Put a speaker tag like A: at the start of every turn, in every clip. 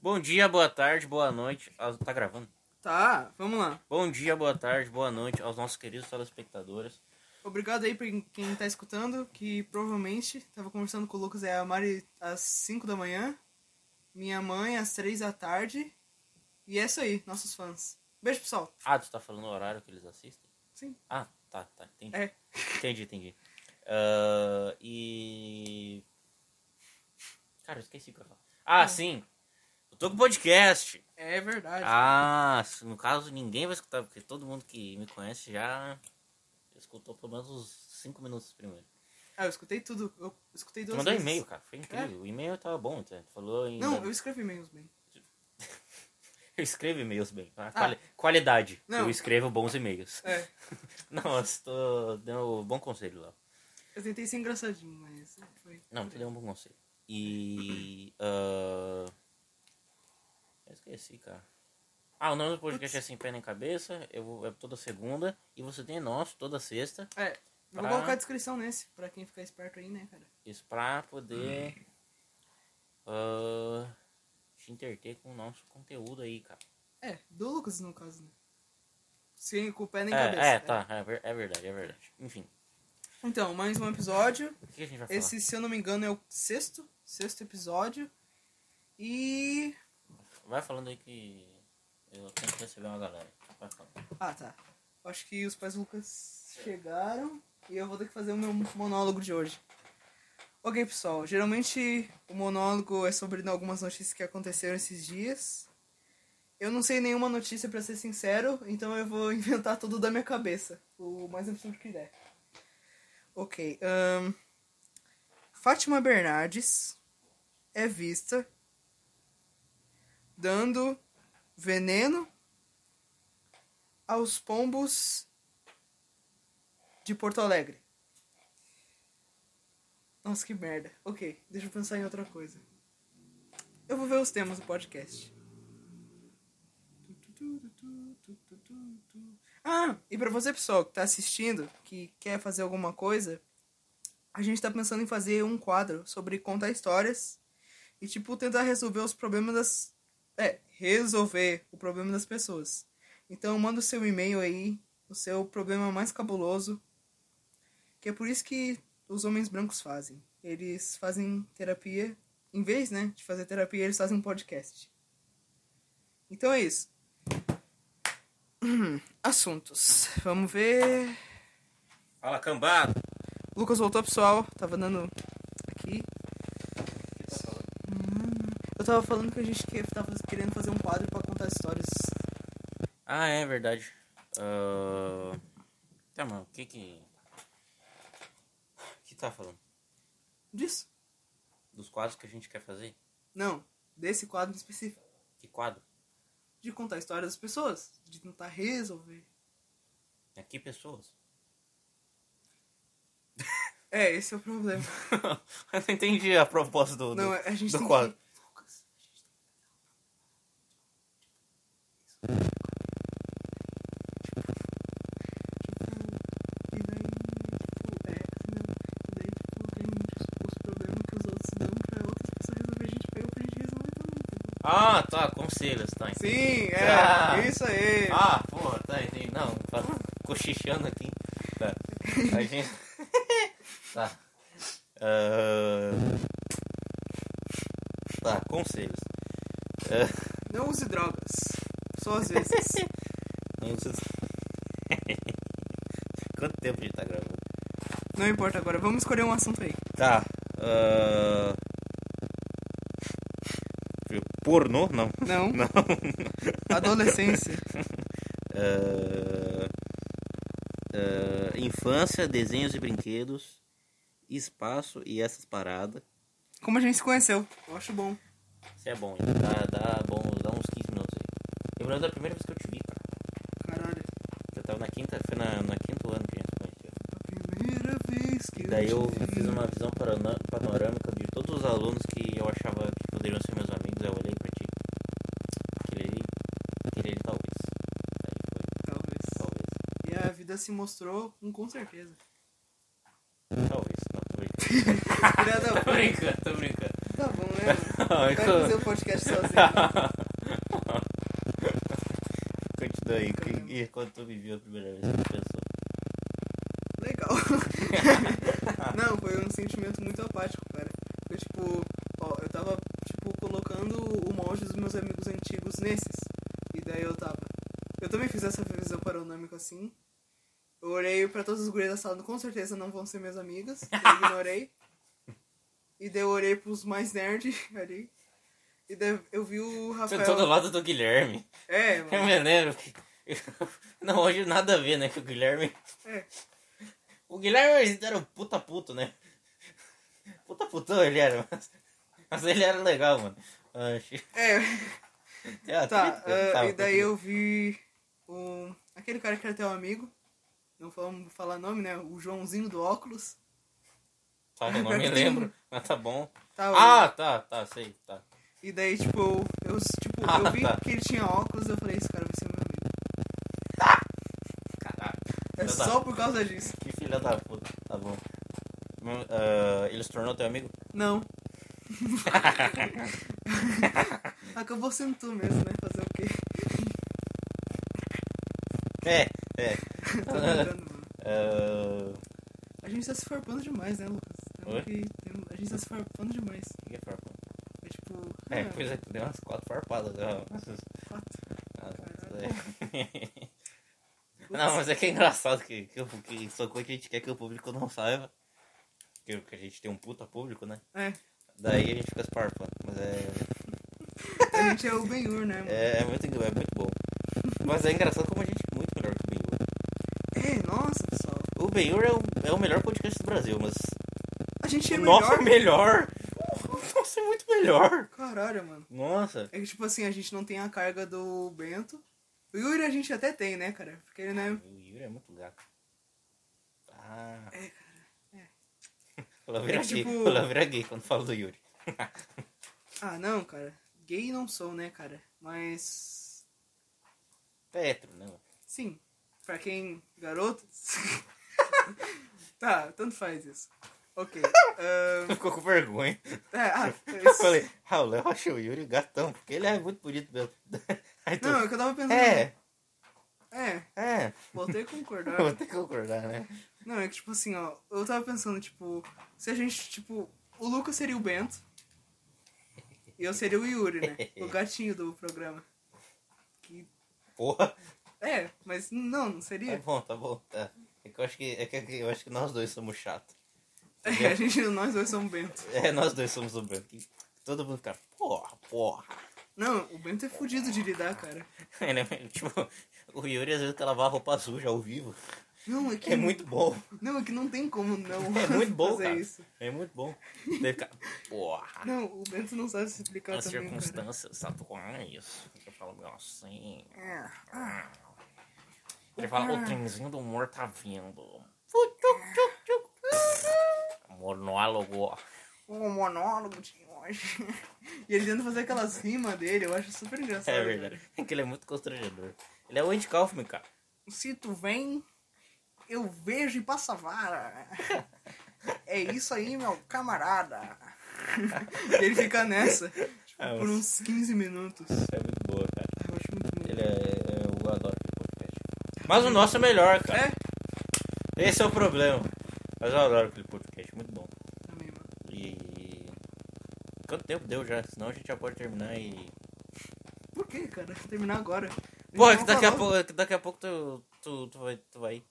A: Bom dia, boa tarde, boa noite. aos- Tá gravando?
B: Tá, vamos lá.
A: Bom dia, boa tarde, boa noite aos nossos queridos telespectadores.
B: Obrigado aí pra quem tá escutando, que provavelmente tava conversando com o Lucas e a Mari às 5 da manhã, minha mãe às 3 da tarde, e é isso aí, nossos fãs. Beijo, pessoal.
A: Ah, tu tá falando o horário que eles assistem?
B: Sim.
A: Ah, tá, tá, entendi.
B: É.
A: Entendi, entendi. Ah, e. Cara, eu esqueci o que eu ia falar. Ah, sim! Eu tô com podcast!
B: É verdade.
A: Ah, no caso, ninguém vai escutar, porque todo mundo que me conhece já escutou pelo menos uns 5 minutos primeiro.
B: Ah, eu escutei tudo. Eu escutei
A: Tu
B: duas
A: mandou
B: vezes. É.
A: e-mail, cara, foi incrível. O e-mail tava bom, tu falou em.
B: Não, eu escrevi e-mails bem.
A: Eu escrevo e-mails bem. A quali- Qualidade.
B: Ah. Não.
A: Eu escrevo bons e-mails.
B: É,
A: Nossa, tô... deu um bom conselho lá.
B: eu tentei ser engraçadinho, mas foi.
A: Não, tu deu um bom conselho. E. ah, Eu esqueci, cara. Ah, o nome do podcast é Sem Pé Nem Cabeça. Eu vou... É toda segunda. E você tem nosso toda sexta.
B: É, vou
A: Pra-
B: colocar a descrição nesse, pra quem ficar esperto aí, né, cara?
A: Isso pra poder.
B: Hum.
A: ah, te interter com o nosso conteúdo aí, cara.
B: É, do Lucas no caso, né? Sem com o pé nem
A: é,
B: cabeça. né?
A: é, tá. É, ver- é verdade, é verdade. Enfim,
B: Então, mais um episódio.
A: o que a gente vai falar?
B: Esse, se eu não me engano, é o sexto, sexto episódio. E.
A: Vai falando aí que eu tenho que receber uma galera. Vai falando.
B: Ah, tá. Acho que os pais do Lucas chegaram e eu vou ter que fazer o meu monólogo de hoje. Ok, pessoal. Geralmente o monólogo é sobre algumas notícias que aconteceram esses dias. Eu não sei nenhuma notícia, pra ser sincero, então eu vou inventar tudo da minha cabeça. O mais absurdo que der. Ok. ahn, Fátima Bernardes é vista dando veneno aos pombos de Porto Alegre. Nossa, que merda. Ok, deixa eu pensar em outra coisa. Eu vou ver os temas do podcast. Ah, e pra você, pessoal, que tá assistindo, que quer fazer alguma coisa, a gente tá pensando em fazer um quadro sobre contar histórias e, tipo, tentar resolver os problemas das... É, resolver o problema das pessoas. Então manda o seu e-mail aí, o seu problema mais cabuloso. Que é por isso que os homens brancos fazem. Eles fazem terapia. Em vez, né, de fazer terapia, eles fazem um podcast. Então é isso. Hum, Assuntos. Vamos ver.
A: Fala, cambado!
B: Lucas voltou, pessoal. Tava dando aqui. Eu tava falando que a gente que- tava querendo fazer um quadro pra contar histórias.
A: Ah, é verdade. Ah, Tá, mano, o que que... O que tá falando?
B: Disso?
A: Dos quadros que a gente quer fazer?
B: Não, desse quadro em específico.
A: Que quadro?
B: de contar a história das pessoas, de tentar resolver.
A: É que pessoas?
B: É, esse é o problema.
A: Eu não entendi a proposta do, do,
B: Não, é- a gente
A: do
B: tem
A: quadro.
B: que. Lucas, a gente tem que dar uma- Tipo, e daí, tipo, é, entendeu? E daí, tipo, tem os problemas que os outros dão pra outras pessoas resolver, a gente pega pra gente resolver também, entendeu?
A: Ah, tá, conselhos, tá. entendi.
B: Sim,
A: é, Ah.
B: isso aí.
A: Ah, porra, tá, entendi. Não, tá cochichando aqui. Tá. A gente. tá. Ahn. Tá, conselhos. Ah,
B: Não use drogas. Só às vezes.
A: não sei se- Quanto tempo a gente tá gravando?
B: Não importa agora, vamos escolher um assunto aí.
A: Tá. ah, ahn, Pornô? Não.
B: Não,
A: Não.
B: adolescência.
A: Ah, ah, infância, desenhos e brinquedos, espaço e essas paradas.
B: Como a gente se conheceu. Eu acho bom.
A: Isso é bom, hein? dá, dá, bom, dá uns 15 minutos aí. Lembrando da primeira vez que eu te vi, cara.
B: Caralho.
A: Eu tava na quinta, foi na, na quinto ano que a gente se conheceu.
B: A primeira vez que
A: Daí eu
B: te
A: fiz
B: vi.
A: uma visão parana- panorâmica de todos os alunos que eu achava que poderiam ser meus amigos. Eu olhei pra ti. Aquele ali, aquele ali talvez. Aí foi,
B: Talvez.
A: talvez.
B: E a vida se mostrou um com certeza.
A: Talvez, não, tô brincando.
B: Filha da
A: Tô
B: puta.
A: brincando, tô brincando.
B: Tá bom, né? Vai fazer o podcast sozinho.
A: Continua aí. que- e Quando tu me viu a primeira vez, tu pensou.
B: Legal. Não, foi um sentimento muito apático, cara. Foi tipo, ó, eu tava, tipo, colocando o molde dos meus amigos antigos nesses. E daí eu tava. Eu também fiz essa revisão paronâmica assim. Eu olhei pra todas as gurias da sala, com certeza não vão ser minhas amigas. Eu ignorei. E daí eu olhei pros mais nerd ali. E daí eu vi o
A: Eu tô do
B: Rafael.
A: lado do Guilherme.
B: É,
A: Eu
B: mano.
A: me lembro. que- Não, hoje nada a ver, né? Que o Guilherme.
B: É.
A: O Guilherme eles deram puta puto, né? Puta putão ele era, mas. Mas ele era legal, mano. Ah, achei-
B: É.
A: Tem a
B: Tá,
A: treta,
B: ah,
A: tá,
B: e daí
A: continua.
B: eu vi o... aquele cara que era teu amigo, não vamos falar nome, né? O Joãozinho do óculos.
A: Tá, eu não me lembro, mas tá bom.
B: Tá, o-
A: Ah, tá, tá, sei, tá.
B: E daí, tipo, eu, eu, tipo, eu vi
A: Ah, tá.
B: que ele tinha óculos, eu falei, esse cara vai ser meu amigo.
A: Caraca,
B: É
A: Tá, tá.
B: só por causa disso.
A: que filha da puta. Tá bom. Hum, ah, ele se tornou teu amigo?
B: Não. Acabou sendo tu mesmo, né? Fazer o quê?
A: É, é.
B: Tô lembrando, mano.
A: Ah,
B: A gente tá se farpando demais, né, Lucas? Tem um
A: Oi?
B: que- tem um- A gente tá se farpando demais.
A: que que é farpa?
B: É tipo,
A: É,
B: ah,
A: pois é, tu deu umas quatro farpadas. né?
B: quatro.
A: Ah,
B: Caralho.
A: é. Não, mas é que é engraçado que, que, o- que só coisa que a gente quer que o público não saiba. Que, que a gente tem um puta público, né?
B: É.
A: Daí a gente fica esparpando. Mas é,
B: A gente é o Benhur, né, mano?
A: é, é, muito, engra- é muito bom. Mas é engraçado como a gente é muito melhor que o Ben-Hur.
B: É, nossa, pessoal.
A: O Ben-Hur é, o- é o melhor podcast do Brasil, mas
B: A gente é
A: o nosso
B: melhor.
A: é melhor. Nossa, é muito melhor.
B: Caralho, mano.
A: Nossa.
B: É que, tipo assim, a gente não tem a carga do Bento. O Yuri a gente até tem, né, cara? Porque ele não é...
A: O Yuri é muito gato. Ah.
B: É,
A: Ela vira
B: É
A: gay.
B: tipo-
A: Ela vira gay quando fala do Yuri.
B: Ah, não, cara. Gay não sou, né, cara? Mas...
A: Petro, né?
B: Sim. Pra quem... Garotas... tá, tanto faz isso. Ok. ahn,
A: Ficou com vergonha.
B: é, ah, é
A: Eu
B: isso.
A: falei, ah, o Léo achou o Yuri gatão, porque ele é muito bonito mesmo. Aí tu,
B: Não, é que eu tava pensando...
A: é,
B: É,
A: é,
B: voltei a concordar.
A: vou ter que concordar, né?
B: Não, é que, tipo assim, ó, eu tava pensando, tipo, se a gente, tipo, o Lucas seria o Bento e eu seria o Yuri, né? O gatinho do programa. Que-
A: Porra,
B: É, mas não, não
A: tá
B: seria.
A: bom, tá bom, tá. É que eu acho que, é que eu acho que nós dois somos chatos.
B: É, a gente, nós dois somos Bento.
A: É, nós dois somos o branco. Todo mundo fica, porra, porra.
B: Não, o Bento é fudido de lidar, cara.
A: Ele é, tipo, o Yuri às vezes quer lavar roupa suja ao vivo.
B: Não, é que,
A: É muito bom,
B: não, é que não tem como não
A: é muito bom,
B: fazer
A: cara.
B: isso.
A: É muito bom. Ele fica, porra.
B: Não, o Bento não sabe se explicar
A: As
B: também, cara.
A: circunstâncias atuais. Eu falo meio assim.
B: É,
A: Ele fala, o trenzinho do humor tá vindo. Fu, tchuc, tchuc, tchuc. Monólogo.
B: o um monólogo de hoje. E ele tenta fazer aquelas rimas dele, eu acho super engraçado.
A: É
B: cara.
A: verdade. É que ele é muito constrangedor. Ele é o Andy Kaufman, cara.
B: Se tu vem, eu vejo e passa vara. É isso aí, meu camarada. E ele fica nessa tipo,
A: Ah,
B: por
A: mas-
B: uns 15 minutos.
A: É muito boa, cara.
B: Eu acho muito bom.
A: Ele é. é- Eu adoro aquele podcast. Mas o nosso é melhor, cara.
B: É?
A: Esse é o problema. Mas eu adoro aquele podcast, muito bom.
B: Também, mano.
A: E. Quanto tempo deu já? Senão a gente já pode terminar e.
B: Por que, cara? Vou terminar agora.
A: Pô,
B: Ele
A: é que
B: não
A: daqui a
B: falou.
A: pouco, daqui a pouco tu, tu, tu vai. Tu vai.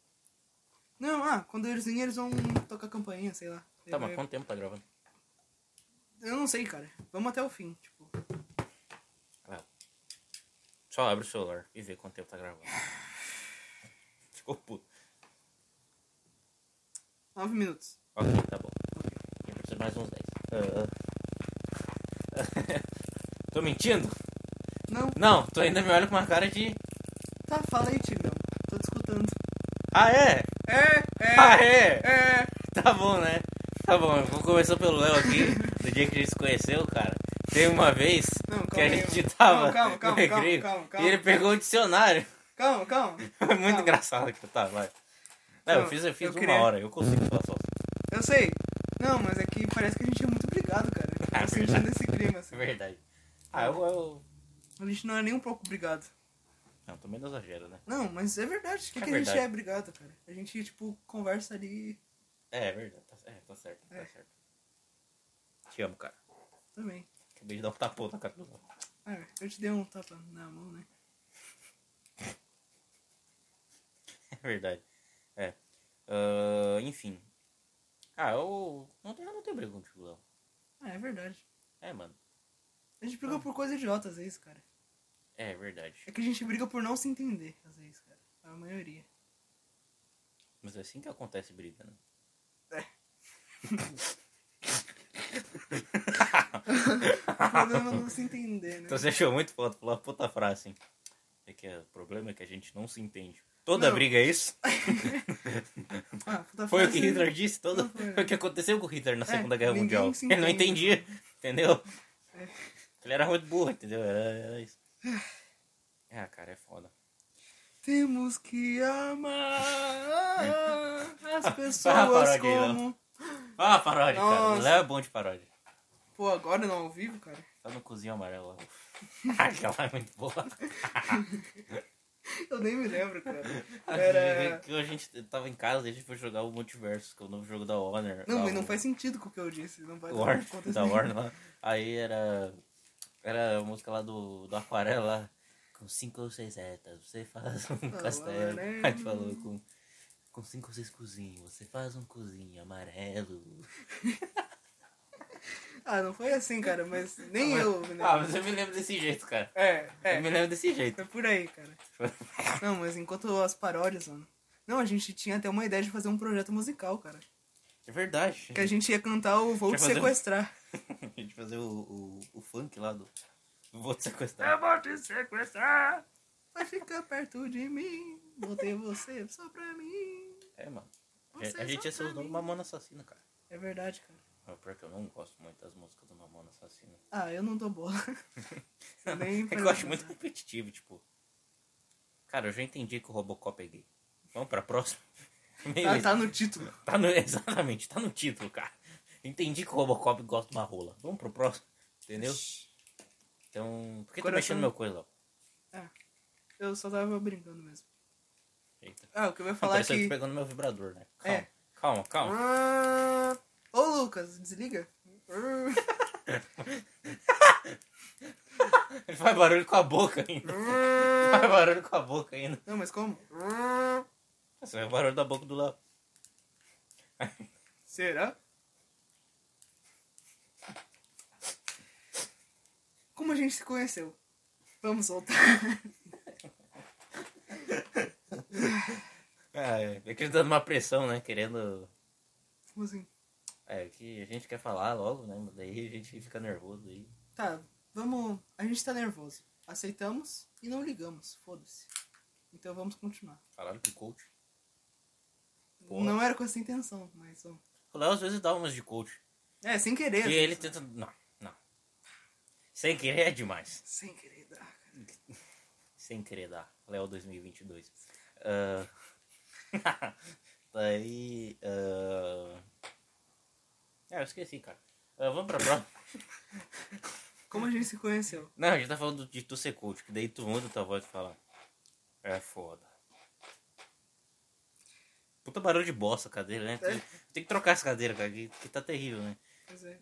B: Não, ah, quando eles virem, eles vão tocar campainha, sei lá.
A: Tá, mas
B: Eu-
A: quanto tempo tá gravando?
B: Eu não sei, cara. Vamos até o fim, tipo.
A: Só abre o celular e vê quanto tempo tá gravando. Ficou puto.
B: 9 minutos.
A: Ok, tá bom. Eu preciso mais uns 10. tô mentindo?
B: Não,
A: Não, tu ainda me olha com uma cara de.
B: tá, fala aí, Tigrão. Tô te escutando.
A: Ah é?
B: É,
A: Ah
B: é,
A: é?
B: é.
A: Tá bom, né? Tá bom, eu vou começar pelo Léo aqui, do dia que a gente se conheceu, cara. Teve uma vez
B: Não, calma
A: que a
B: aí,
A: gente
B: mano.
A: tava
B: Não, calma, calma,
A: no
B: calma,
A: recreio
B: calma, calma.
A: e ele pegou o dicionário.
B: Calma, calma.
A: Foi muito
B: Calma.
A: engraçado que tu tava. vai. Não, eu
B: Não,
A: fiz, eu fiz
B: eu
A: uma
B: queria-
A: hora, eu consigo falar só.
B: Eu sei. Não, mas aqui parece que a gente é muito obrigado, cara.
A: Ah,
B: Tô sentindo esse clima, assim.
A: Verdade. Ah, eu, eu.
B: A gente não é nem um pouco obrigado.
A: Não, também não exagero, né?
B: Não, mas é verdade. O que,
A: É
B: que a
A: verdade.
B: gente é obrigado, cara? A gente, tipo, conversa ali
A: É, é verdade. Tá, é, tá certo, tá
B: É.
A: certo. Te amo, cara.
B: também.
A: Acabei de dar um tapão na cara do Léo.
B: Ah, eu te dei um tapa na mão, né?
A: É verdade. É. Ah, enfim. Ah, eu. Não tenho, eu não tenho briga contigo, Léo.
B: Ah, é verdade.
A: É, mano.
B: A gente
A: Ah.
B: briga por coisas idiotas às vezes, cara.
A: É verdade.
B: É que a gente briga por não se entender, às vezes, cara. A maioria.
A: Mas é assim que acontece briga, né?
B: É. O problema é não se entender, né?
A: Então você achou muito foda falar uma puta frase, hein? É que é, o problema é que a gente não se entende. Toda
B: Não.
A: briga é isso?
B: Ah, puta
A: Foi o que
B: frase.
A: Hitler disse? Toda...
B: Não foi.
A: Foi o que aconteceu com o Hitler na
B: É,
A: Segunda Guerra
B: ninguém
A: Mundial.
B: se
A: Ele não
B: entende.
A: entendia, entendeu?
B: É.
A: Ele era muito burro, entendeu? Era, era isso. Ah, cara, é foda.
B: Temos que amar as
A: Ah,
B: pessoas
A: paródia,
B: como.
A: Ah, a paródia, cara. O
B: Nossa.
A: Léo é bom de paródia.
B: Pô, agora não ao vivo, cara.
A: Tá no cozinho amarelo. lá. Aquela é muito boa.
B: Eu nem me lembro, cara. Era.
A: Que a gente tava em casa e a gente foi jogar o Multiverso, que é o novo jogo da Warner.
B: Não,
A: lá,
B: mas não
A: o-
B: faz sentido com o que eu disse. Não vai
A: Warner,
B: acontecer.
A: da Warner lá. Aí era. Era a música lá do, do Aquarela lá. Com cinco ou seis retas, você faz um
B: Ah,
A: castelo.
B: amarelo.
A: Aí tu falou com. Com cinco ou seis cozinhos, você faz um cozinho amarelo.
B: Ah, não foi assim, cara, mas nem
A: Ah,
B: eu. me lembro.
A: Ah, mas eu me lembro desse jeito, cara.
B: É,
A: Eu me
B: é.
A: lembro desse jeito.
B: Foi por aí, cara. Não, mas enquanto as paródias, mano. Não, a gente tinha até uma ideia de fazer um projeto musical, cara.
A: É verdade.
B: Que a gente ia cantar o Vou
A: Quer
B: Te
A: fazer um-
B: Sequestrar.
A: A gente fazer o, o, o funk lá do. É. Vou te sequestrar.
B: Eu vou te sequestrar. Vai ficar perto de mim. Vou ter você só pra mim.
A: É, mano. A,
B: Você
A: a gente
B: só
A: ia ser o
B: pra
A: dono
B: mim.
A: Mamona Assassina, cara.
B: É verdade, cara.
A: Ah, Pior que eu não gosto muito das músicas do Mamona Assassina.
B: Ah, eu não dou bola. Eu nem
A: é que eu
B: parei
A: acho
B: pra
A: muito
B: pensar.
A: repetitivo, tipo. Cara, eu já entendi que o Robocop é gay. Vamos pra próxima? Meio
B: Tá,
A: isso.
B: tá no título.
A: Tá no- exatamente, tá no título, cara. Entendi que o Robocop gosta de uma rola. Vamos pro próximo, entendeu? Então, por que tá
B: Coração-
A: mexendo no meu coisa, Léo?
B: Eu só tava brincando mesmo.
A: Eita.
B: Ah, o que eu ia
A: Não,
B: falar é
A: parece que eu
B: que.
A: tô pegando meu vibrador, né? Calma,
B: É.
A: calma, calma.
B: Ah, Ô, Lucas, desliga.
A: Ele faz barulho com a boca ainda. faz barulho com a boca ainda.
B: Não, mas como?
A: Nossa, é o barulho da boca do Léo.
B: Será? Como a gente se conheceu? Vamos voltar.
A: Ah, é. É que ele tá numa pressão, né? Querendo.
B: Como assim?
A: É, que a gente quer falar logo, né? Mas daí a gente fica nervoso aí.
B: Tá, vamos. A gente tá nervoso. Aceitamos e não ligamos. Foda-se. Então vamos continuar.
A: Falaram que o coach. Porra.
B: Não era com essa intenção, mas. ó.
A: O Léo às vezes dá umas de coach.
B: É, sem querer.
A: E
B: assim,
A: ele
B: só.
A: tenta. Não, não. Sem querer é demais.
B: Sem querer dar, cara.
A: Sem querer dar. Léo 2022. Ah, Daí. ah, Ah, eu esqueci, cara. Ah, vamos pra prova.
B: Como a gente se conheceu?
A: Não, a gente tá falando de tu ser coach, que daí tu muda tua voz e fala. É foda. Puta barulho de bosta a cadeira, né? Tem, tem que trocar essa cadeira, cara, que, que tá terrível, né?
B: Pois é.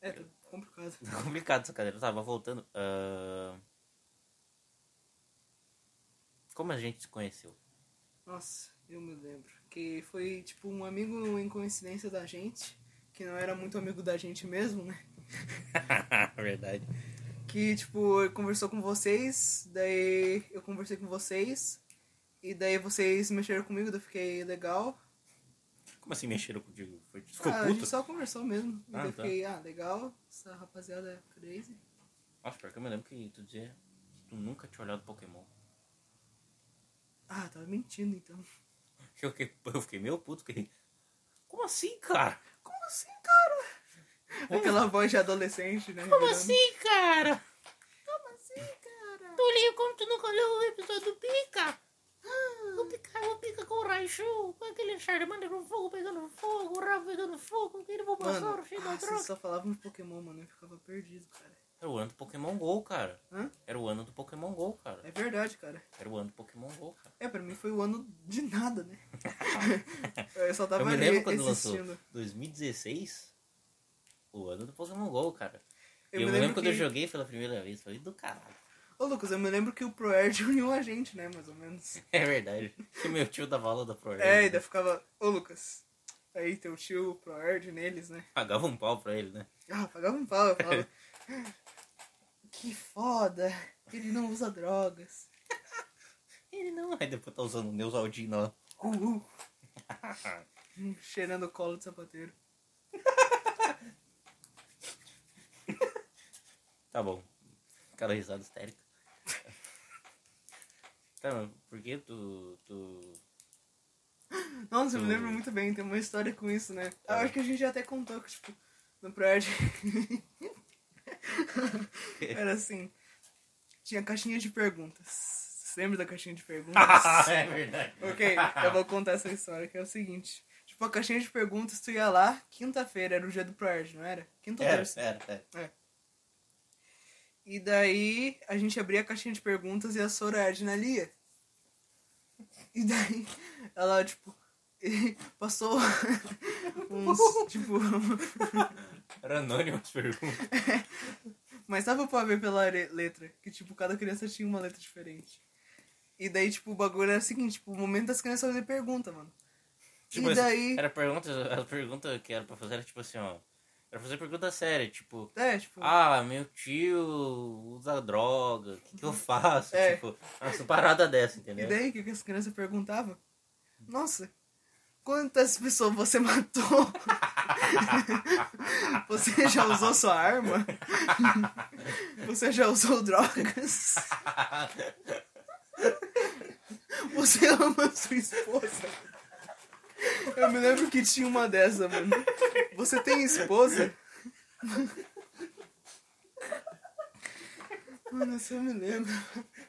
B: É, tá complicado.
A: Tá complicado essa cadeira. Tava voltando. ah, Como a gente se conheceu?
B: Nossa, eu me lembro. Que foi tipo um amigo em coincidência da gente, que não era muito amigo da gente mesmo, né?
A: Verdade.
B: Que tipo, eu conversou com vocês, daí eu conversei com vocês, e daí vocês mexeram comigo, daí eu fiquei legal.
A: Como assim mexeram contigo? Foi- Ficou
B: ah, a
A: puto?
B: gente só conversou mesmo. e
A: Ah,
B: daí eu
A: tá.
B: fiquei, ah, legal, essa rapaziada é crazy.
A: Nossa, pior que eu me lembro que tu dizia que tu nunca tinha olhado Pokémon.
B: Ah, tava mentindo então.
A: Eu fiquei, eu fiquei meio puto. Fiquei... Como assim, cara?
B: Como assim, cara? Aquela voz de adolescente, né?
A: Como
B: virando.
A: assim, cara?
B: Como assim, cara? Ah.
A: Tu leu como tu nunca olhou o episódio do Pica? O Pica, o Pica com o
C: paixão, com aquele charmander com fogo pegando fogo, o rabo pegando fogo, aquele
B: Mano,
C: bulbasauro cheio
B: ah,
C: de
B: vocês
C: droga.
B: só falavam de Pokémon, mano. Eu ficava perdido, cara.
A: Era o ano do Pokémon GO, cara.
B: Hã?
A: Era o ano do Pokémon GO, cara.
B: É verdade, cara.
A: Era o ano do Pokémon GO, cara.
B: É, pra mim foi o ano de nada, né? eu só tava
A: Eu me
B: ali
A: lembro quando
B: assistindo.
A: lançou 2016, o ano do Pokémon GO, cara.
B: Eu
A: Eu,
B: me
A: me
B: lembro
A: lembro, quando eu
B: que-
A: joguei pela primeira vez, falei do caralho.
B: Ô, Lucas, eu me lembro que o ProErd uniu a gente, né? Mais ou menos.
A: É verdade. Que meu tio dava aula da ProErd.
B: É, e
A: né?
B: ainda ficava... Ô, Lucas, aí teu tio, o ProErd neles, né?
A: Pagava um pau pra ele, né?
B: Ah, pagava um pau, eu falava... que foda, ele não usa drogas.
A: Ele não, aí depois tá usando o Neusaldino lá.
B: Uh, uh. Hum, Cheirando o colo do sapateiro.
A: Tá bom. Aquela risada histérica. tá, mas por que tu. tu...
B: Nossa, eu me
A: Tu-
B: lembro muito bem, tem uma história com isso, né? Eu
A: Ah.
B: acho que a gente já até contou que, tipo, no prédio. Era assim: tinha caixinha de perguntas. Você lembra da caixinha de perguntas?
A: é verdade.
B: ok, eu vou contar essa história, que é o seguinte. Tipo, a caixinha de perguntas, tu ia lá, quinta-feira, era o dia do ProErd, não era? Quinta ou
A: Era,
B: terça.
A: era, era.
B: E daí, a gente abria a caixinha de perguntas e a Sora Edna lia. E daí, ela, tipo, passou uns, tipo...
A: Era anônimo as perguntas.
B: Mas dava pra ver pela le- letra, que, tipo, cada criança tinha uma letra diferente. E daí, tipo, o bagulho era o seguinte, tipo, o momento das crianças fazer pergunta, mano.
A: Tipo,
B: e daí...
A: Era pergunta, a pergunta que era pra fazer era tipo assim, ó. Era fazer pergunta séria, tipo.
B: É, tipo...
A: Ah, meu tio usa droga, o que, que eu faço?
B: É.
A: Tipo, uma parada dessa,
B: E
A: entendeu?
B: daí, o que, que as crianças perguntavam? Nossa, quantas pessoas você matou? você já usou sua arma? você já usou drogas? você ama sua esposa? Eu me lembro que tinha uma dessa, mano. Você tem esposa? Mano, eu só me lembro.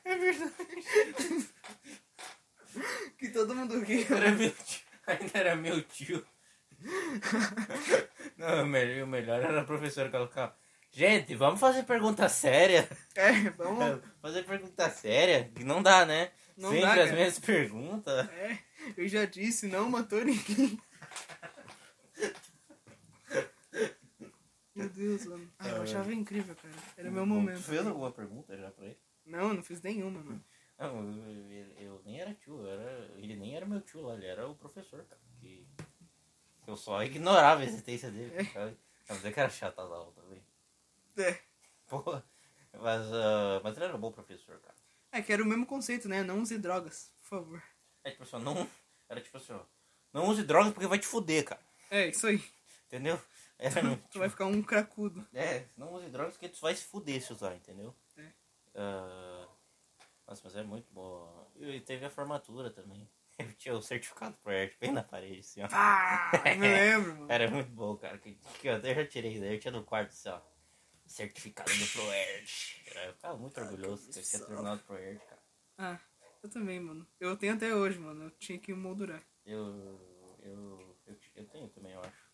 B: É verdade. Que todo mundo ria.
A: Era meu tio. Ainda era meu tio. Não, o melhor, o melhor era a professora colocar. Gente, vamos fazer pergunta séria.
B: É, vamos.
A: Fazer pergunta séria? Que não dá, né?
B: Não
A: Sempre
B: dá,
A: as
B: cara.
A: mesmas perguntas.
B: É, eu já disse, não matou ninguém. Meu Deus, mano. Ai, eu
A: Ah,
B: achava incrível, cara. Era meu momento.
A: Tu fez alguma pergunta já pra ele?
B: Não, eu não fiz nenhuma, mano.
A: Não, eu, eu- eu nem era tio, eu era, ele nem era meu tio lá, ele era o professor, cara. Que eu só ignorava a existência dele. Sabe? Mas é que era chato as aulas também.
B: É.
A: Porra. Mas, ah, mas ele era um bom professor, cara.
B: É que era o mesmo conceito, né? Não use drogas, por favor.
A: É tipo assim, ó, não. Era tipo assim, ó. Não use drogas porque vai te fuder, cara.
B: É, isso aí.
A: Entendeu? Era, tipo,
B: Tu vai ficar um cracudo.
A: é, não use drogas porque tu vai se fuder se usar, entendeu?
B: É.
A: Ah, nossa, mas é muito boa. E teve a formatura também. Eu tinha o certificado pro arte bem na parede, assim, ó.
B: Ah, eu me lembro, mano.
A: Era muito bom, cara. Que, que eu até já tirei daí. Eu tinha no quarto, assim, ó. Certificado do ProErd. Cara, Eu ficava muito orgulhoso que eu tinha
B: só.
A: terminado o ProErd, cara.
B: Ah, eu também, mano. Eu tenho até hoje, mano. Eu tinha que moldurar.
A: Eu, eu, eu, ti- eu tenho também, eu acho.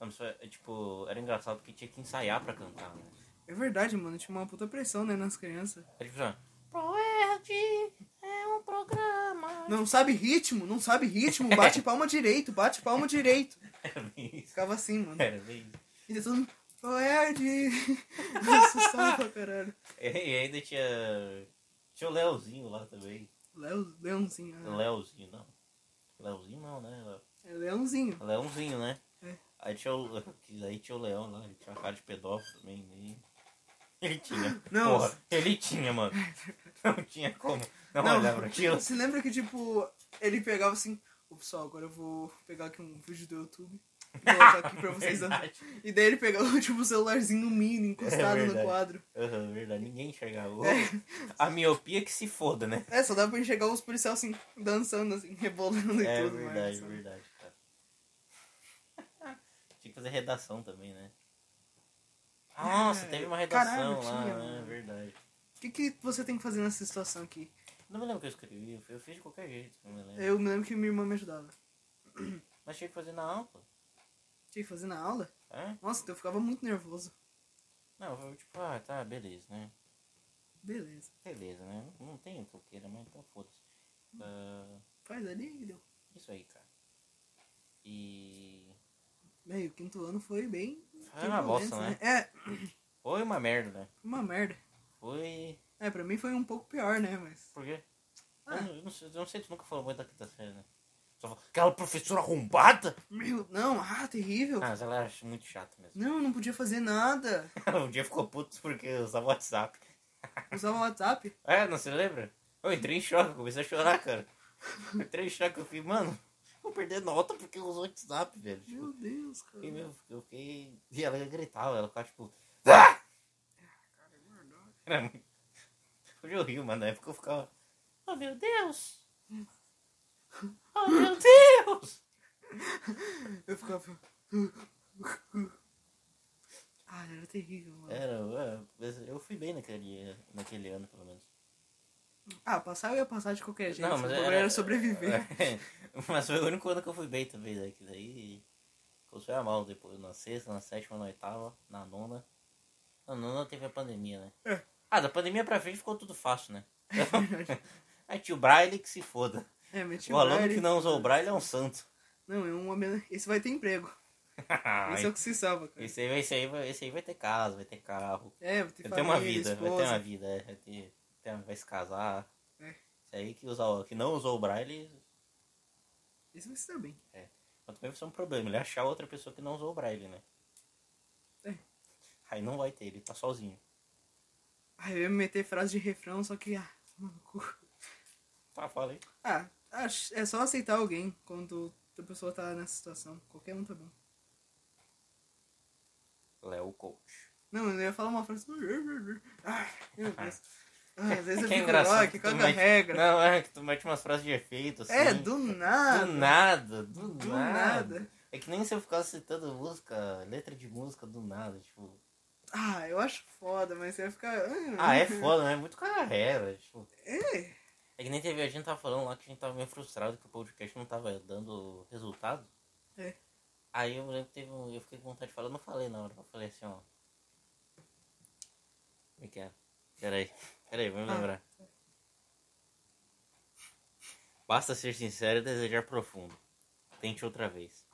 A: Não, mas foi, é, tipo, era engraçado porque tinha que ensaiar pra cantar, né?
B: É verdade, mano. Tinha uma puta pressão, né, nas crianças.
A: Era tipo, assim, ó,
C: Proerd é um programa.
B: Não sabe ritmo, não sabe ritmo, bate palma direito, bate palma direito.
A: era bem isso.
B: Ficava assim, mano.
A: Era bem isso.
B: E daí todo mundo, ô Erd! Assustava pra caralho.
A: E e ainda tinha. Tinha o Leozinho lá também.
B: Leo, Leãozinho. ah.
A: Leozinho, não. Leozinho não, né?
B: É Leãozinho.
A: Leãozinho, né?
B: É.
A: Aí tinha o. que Aí tinha o Leão lá, ele tinha uma cara de pedófilo também. né? Ele tinha.
B: Não.
A: Porra, ele tinha, mano. Não tinha como não, é
B: Não,
A: olhar pra aquilo.
B: você lembra que, tipo, ele pegava assim, ô pessoal, agora eu vou pegar aqui um vídeo do YouTube e colocar aqui pra vocês.
A: Verdade.
B: E daí ele pegava, tipo, o celularzinho mini encostado
A: É
B: no
A: verdade.
B: quadro.
A: Aham, é verdade, ninguém enxergava.
B: É.
A: A miopia que se foda, né?
B: É, só dava pra enxergar os policiais assim, dançando, assim, rebolando e
A: É
B: tudo mais.
A: verdade,
B: sabe?
A: verdade, cara. Tinha que fazer redação também, né? Nossa,
B: É,
A: teve uma
B: caralho,
A: redação lá,
B: tinha,
A: né?
B: mano.
A: Verdade.
B: O que, que você tem que fazer nessa situação aqui?
A: Não me lembro o que eu escrevi, eu fi- eu fiz de qualquer jeito, não me lembro.
B: Eu me lembro que minha irmã me ajudava.
A: Mas tinha que fazer na aula,
B: Tinha que fazer na aula?
A: é?
B: Nossa, então eu ficava muito nervoso.
A: Não, eu tipo, ah, tá, beleza, né?
B: Beleza.
A: Beleza, né? Não tem o que eu queira, mas então foda-se. Ah,
B: Faz ali e deu.
A: isso aí, cara. E.
B: Bem, o quinto ano foi bem.
A: Foi uma
B: turbulento,
A: bosta, né?
B: É,
A: Foi uma merda, né?
B: foi uma merda.
A: Foi.
B: É, pra mim foi um pouco pior, né? Mas.
A: Por quê?
B: Ah.
A: Eu, não, eu não sei, eu não sei, tu nunca falou muito da quinta série, né? Só falou, aquela professora arrombada!
B: Meu, não, ah, terrível.
A: Ah, mas ela era muito chata mesmo.
B: Não, não podia fazer nada.
A: um dia ficou puto porque eu usava WhatsApp.
B: Usava WhatsApp.
A: É, não se lembra? Eu entrei em choque, eu comecei a chorar, cara. Eu entrei em choque, eu fiquei, mano, vou perder nota porque eu uso WhatsApp, velho. Tipo,
B: Meu Deus, cara.
A: fiquei, mesmo, eu fiquei. E ela gritava, ela ficava tipo. Ah! Era muito. Hoje eu rio, mas na época eu ficava.
C: Oh meu Deus!
B: Hum.
C: Oh meu Deus!
B: Eu ficava. assim, Ah, era terrível, mano.
A: Era, é, mas eu fui bem naquele, naquele ano, pelo menos.
B: Ah, passar eu ia passar de qualquer jeito.
A: é,
B: o problema era, sobreviver.
A: mas foi o único ano que eu fui bem também, né? Que daí. Começou a mal depois, na sexta, na sétima, na oitava, na nona. Na nona teve a pandemia, né?
B: É.
A: Ah, da pandemia pra frente ficou tudo fácil, né?
B: verdade.
A: Aí tio Braille que se foda.
B: tá É, meti
A: o aluno
B: braille.
A: que não usou o Braille é um santo.
B: Não, é um homem. Esse vai ter emprego. Esse é o que se salva, cara.
A: esse, aí, esse, aí, vai- esse aí vai ter casa, vai ter carro.
B: É, vai ter
A: Vai ter
B: família,
A: uma vida, vai ter
B: esposa.
A: uma vida, é, vai, ter, tem- vai se casar.
B: É.
A: Esse aí que, usa, o- que não usou o Braille
B: Esse vai se dar bem.
A: Mas também vai ser um problema, ele achar outra pessoa que não usou o braille, né?
B: É.
A: Aí não vai ter, ele tá sozinho.
B: Ah, eu ia meter frase de refrão, só que. Ah, toma no cu.
A: Tá, fala aí.
B: Ah, acho- é só aceitar alguém quando a pessoa tá nessa situação. Qualquer um tá bom.
A: Léo Coach.
B: Não, eu ia falar uma frase. Ai, meu Deus. Ah, às vezes eu
A: Que é
B: fico,
A: engraçado
B: ó,
A: que
B: que
A: tu
B: qual que é a
A: mete-
B: regra?
A: Não, é que tu mete umas frases de efeito, assim.
B: É, do nada.
A: Do nada, do,
B: Do
A: nada.
B: nada.
A: É que nem se eu ficasse citando música, letra de música do nada, tipo.
B: Ah, eu acho foda, mas você vai ficar.
A: Ah, é foda, né? Muito carreira, tipo.
B: Uhum. É.
A: É que nem teve, a gente tava falando lá que a gente tava meio frustrado que o podcast não tava dando resultado.
B: É.
A: Aí eu lembro que teve um. Eu fiquei com vontade de falar, eu não falei na hora, eu falei assim, ó. Como é que é? Peraí, peraí, vamos
B: Ah.
A: lembrar. Basta ser sincero e desejar profundo. Tente outra vez.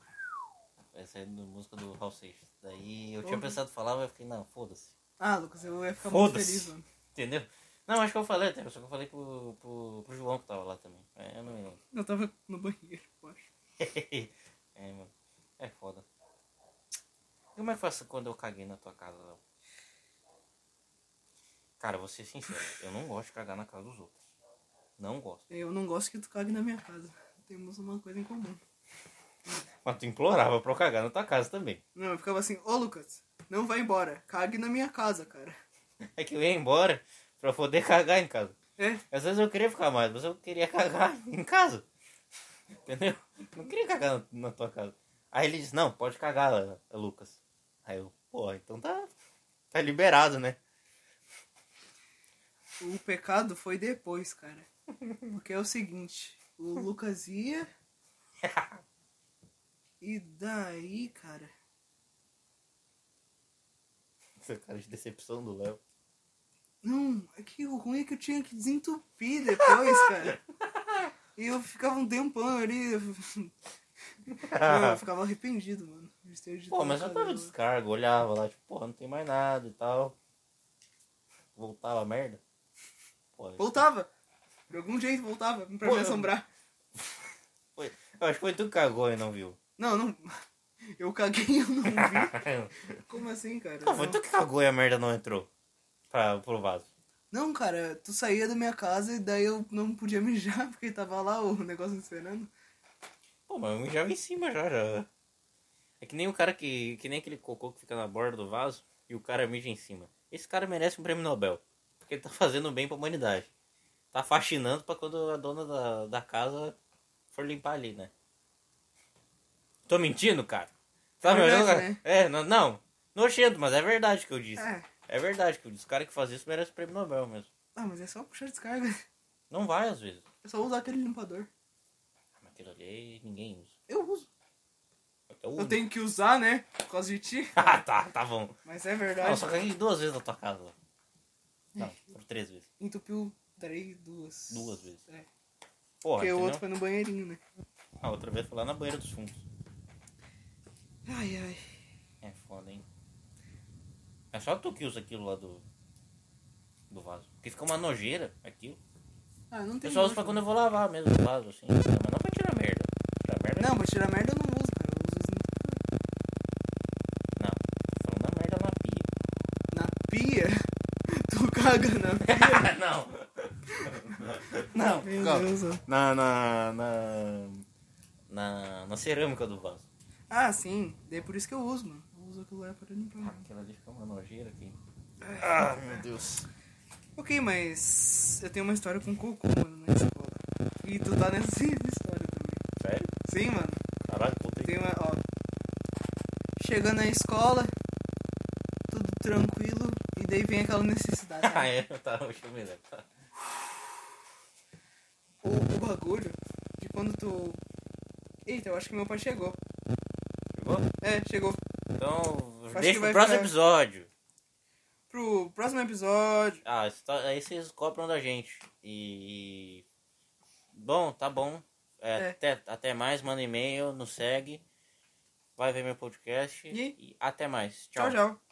A: Essa é do- música do Hal Seixas. Daí eu tinha
B: Porra.
A: pensado falar, mas eu fiquei, não, foda-se.
B: Ah, Lucas, eu ia ficar muito
A: Foda-se.
B: feliz, mano.
A: Entendeu? Não, acho que eu falei até, só que eu falei pro, pro, pro João que tava lá também. É, eu não me lembro.
B: Eu tava no banheiro, eu acho.
A: é, mano. É foda. E como é que eu faço quando eu caguei na tua casa, Léo? Cara, vou ser sincero, eu não gosto de cagar na casa dos outros. Não gosto.
B: Eu não gosto que tu cague na minha casa. Temos uma coisa em comum.
A: Mas tu implorava pra eu cagar na tua casa também.
B: Não, eu ficava assim, ô Lucas, não vai embora. Cague na minha casa, cara.
A: É que eu ia embora pra poder cagar em casa.
B: É,
A: Às vezes eu queria ficar mais, mas eu queria cagar em casa. Entendeu? Não queria cagar na, na tua casa. Aí ele disse, não, pode cagar, Lu- Lucas. Aí eu, pô, então tá, tá liberado, né?
B: o pecado foi depois, cara. Porque é o seguinte, o Lucas ia. E daí, cara.
A: Essa cara de decepção do Léo.
B: Não, é que o ruim é que eu tinha que desentupir depois, cara. E eu ficava um tempão ali. Eu, eu ficava arrependido, mano. de ter agitado
A: Pô, mas
B: o
A: eu tava
B: cabelo.
A: descargo, olhava lá, tipo, porra, não tem mais nada e tal. Voltava a merda. Pô, eu-
B: Voltava! De algum jeito voltava pra
A: Pô,
B: me assombrar.
A: foi- eu acho que foi tu que cagou e não viu.
B: Não, não. Eu caguei e eu não vi. Como assim, cara?
A: não, foi tu que cagou e a merda não entrou pra, pro vaso.
B: Não, cara, tu saía da minha casa e daí eu não podia mijar, porque tava lá o negócio me esperando.
A: Pô, mas eu mijava em cima já, já. É que nem o cara que. Que nem aquele cocô que fica na borda do vaso e o cara mija em cima. Esse cara merece um prêmio Nobel. Porque ele tá fazendo bem pra humanidade. Tá fascinando pra quando a dona da, da casa for limpar ali, né? Tô mentindo, cara? Tá me
B: verdade,
A: olhando, cara?
B: né?
A: É, não, não. Nojento, mas é verdade que eu disse.
B: É.
A: É verdade que eu disse. O cara que faz isso merece o prêmio Nobel mesmo.
B: Ah, mas é só puxar descarga.
A: Não vai às vezes.
B: É só usar aquele limpador.
A: Mas aquilo ali ninguém usa.
B: Eu uso.
A: Eu,
B: Eu tenho que usar, né? Por causa de ti.
A: Ah, tá, tá bom.
B: Mas é verdade.
A: Não, só caguei duas vezes na tua casa. Não, foram três vezes.
B: Entupiu três, duas.
A: Duas vezes.
B: É. Porque
A: Porra,
B: o
A: entendeu?
B: outro foi no banheirinho, né?
A: A outra vez foi lá na banheira dos fundos.
B: Ai, ai.
A: É foda, hein? É só tu que usa aquilo lá do. do vaso. Porque fica uma nojeira aquilo.
B: Ah, não
A: Eu
B: tem.
A: só uso
B: nojo,
A: pra quando
B: né?
A: eu vou lavar mesmo o vaso, assim. Mas não pra tirar merda. Tirar merda
B: Não, pra tirar merda eu não uso, cara. Eu uso isso
A: Não, tô falando da merda na pia.
B: assim, na pia. Tu caga na pia.
A: não.
B: Não,
A: Não,
B: meu
A: não.
B: Deus. ó.
A: Na, na, na, na. na cerâmica do vaso.
B: Ah, sim. Daí por isso que eu uso, mano. Eu uso aquilo lá pra limpar.
A: Ah, Aquela ali fica uma nojeira aqui. Ah, meu Deus.
B: Ok, mas eu tenho uma história com cocô, mano, na escola. E tu tá nessa história também.
A: Sério?
B: Sim, mano.
A: Caralho, puta
B: Tem uma, ó. Chegando na escola, tudo tranquilo, e daí vem aquela necessidade.
A: Ah,
B: né?
A: é, tá, deixa eu me lembrar.
B: o, o bagulho de quando tu. Eita, eu acho que meu pai chegou.
A: Chegou?
B: É, chegou.
A: Então,
B: Acho
A: deixa
B: que
A: pro
B: vai
A: próximo
B: ficar-
A: episódio.
B: Pro próximo episódio.
A: Ah, isso tá- aí vocês cobram da gente. E. Bom, tá bom. É,
B: É.
A: Até, até mais, manda e-mail, nos segue. Vai ver meu podcast.
B: E?
A: até mais.
B: Tchau, tchau.